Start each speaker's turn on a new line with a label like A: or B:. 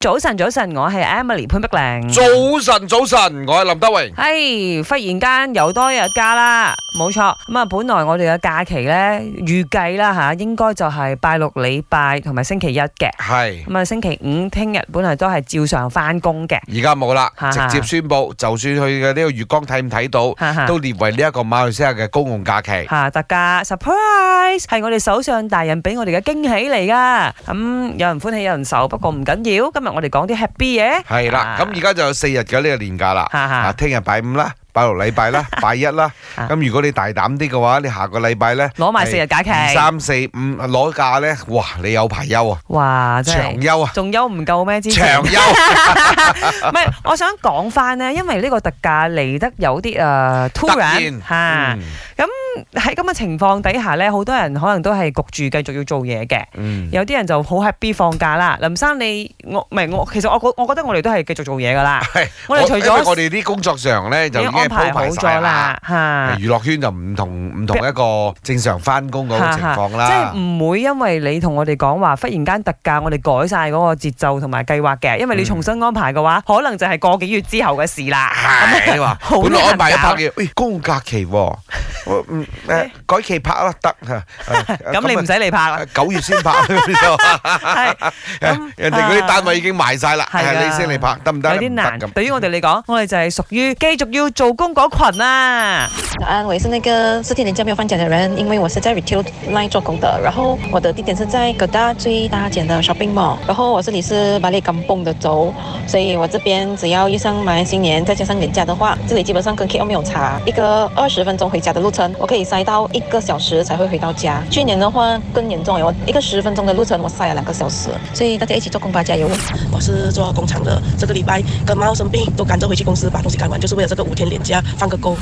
A: 早晨，早晨，我係 Emily 潘碧玲。
B: 早晨，早晨，我系林德荣。
A: 系忽然間又多一日假啦，冇錯。咁啊，本來我哋嘅假期呢，預計啦吓，應該就係拜六、禮拜同埋星期一嘅。
B: 系，
A: 咁啊，星期五聽日本來都係照常翻工嘅。
B: 而家冇啦，
A: 哈
B: 直
A: 哈
B: 接宣布，就算佢嘅呢個月光睇唔睇到，
A: 哈哈
B: 都列為呢一個馬來西亞嘅公共假期。
A: 吓特價 surprise 係我哋首相大人俾我哋嘅驚喜嚟噶。咁、有人歡喜有人愁，不過唔緊要。今日我哋講啲 happy 嘢。
B: 係啦，咁而家就有四日嘅呢個年假啦。
A: 哈哈
B: 啊，聽日拜五啦，拜六禮拜啦，拜一啦。
A: 啊
B: 咁如果你大膽啲嘅話，你下個禮拜呢，
A: 攞埋四日假期。
B: 二三四五攞假呢，哇，你有排休啊，
A: 哇！真係
B: 長。休啊，
A: 仲休唔夠咩？之前
B: 長休。
A: 唔係，我想講翻咧，因為呢個特價嚟得有啲誒、呃突然
B: 突然
A: 嚇，喺咁嘅情況底下咧，好多人可能都係焗住繼續要做嘢嘅，
B: 嗯，嗯
A: 有啲人就好 happy 放假啦。林生你我唔係我，其實我覺我覺得我哋都係繼續做嘢噶啦，
B: 係
A: 我哋除
B: 因為我
A: 咗
B: 哋啲工作上呢， 就已經
A: 安
B: 鋪
A: 排好
B: 排
A: 咗
B: 晒啦。
A: 啦嚇。
B: 娛樂圈就唔同唔同一個正常翻工嗰個情況
A: 即
B: 啦
A: 係。唔會因為你同我哋講話，忽然間特價，我哋改晒嗰個節奏同埋計劃嘅，因為你
B: 嗯
A: 重新安排嘅話，可能就係個幾月之後嘅事啦。
B: 係你 話
A: 好
B: 本來安排一
A: 難
B: 拍
A: 搞
B: 嘅，喂公共假期喎， 我嗯誒改期拍啦得嚇。
A: 咁
B: 咁啊
A: 你唔使嚟拍 啦，
B: 九月先拍，
A: 係 咁
B: 人哋嗰啲單位已經賣晒啦，
A: 係㗎
B: 係你先嚟拍得唔得？
A: 有啲難。
B: 唔得咁
A: 對於我哋嚟講，我哋就係屬於繼續要做工嗰群啊。
C: 早安，我也是那个四天连假没有放假的人，因为我是在 retail line 做工的，然后我的地点是在各大最大间的 shopping mall，然后我这里是巴黎港蹦的州，所以我这边只要遇上马来新年，再加上年假的话，这里基本上跟 KL 没有差，一个二十分钟回家的路程，我可以塞到一个小时才会回到家。去年的话更严重，我一个十分钟的路程我塞了两个小时，所以大家一起做工吧，加油！
D: 我是做工厂的，这个礼拜跟猫生病都赶着回去公司把东西赶完，就是为了这个五天连假放个够。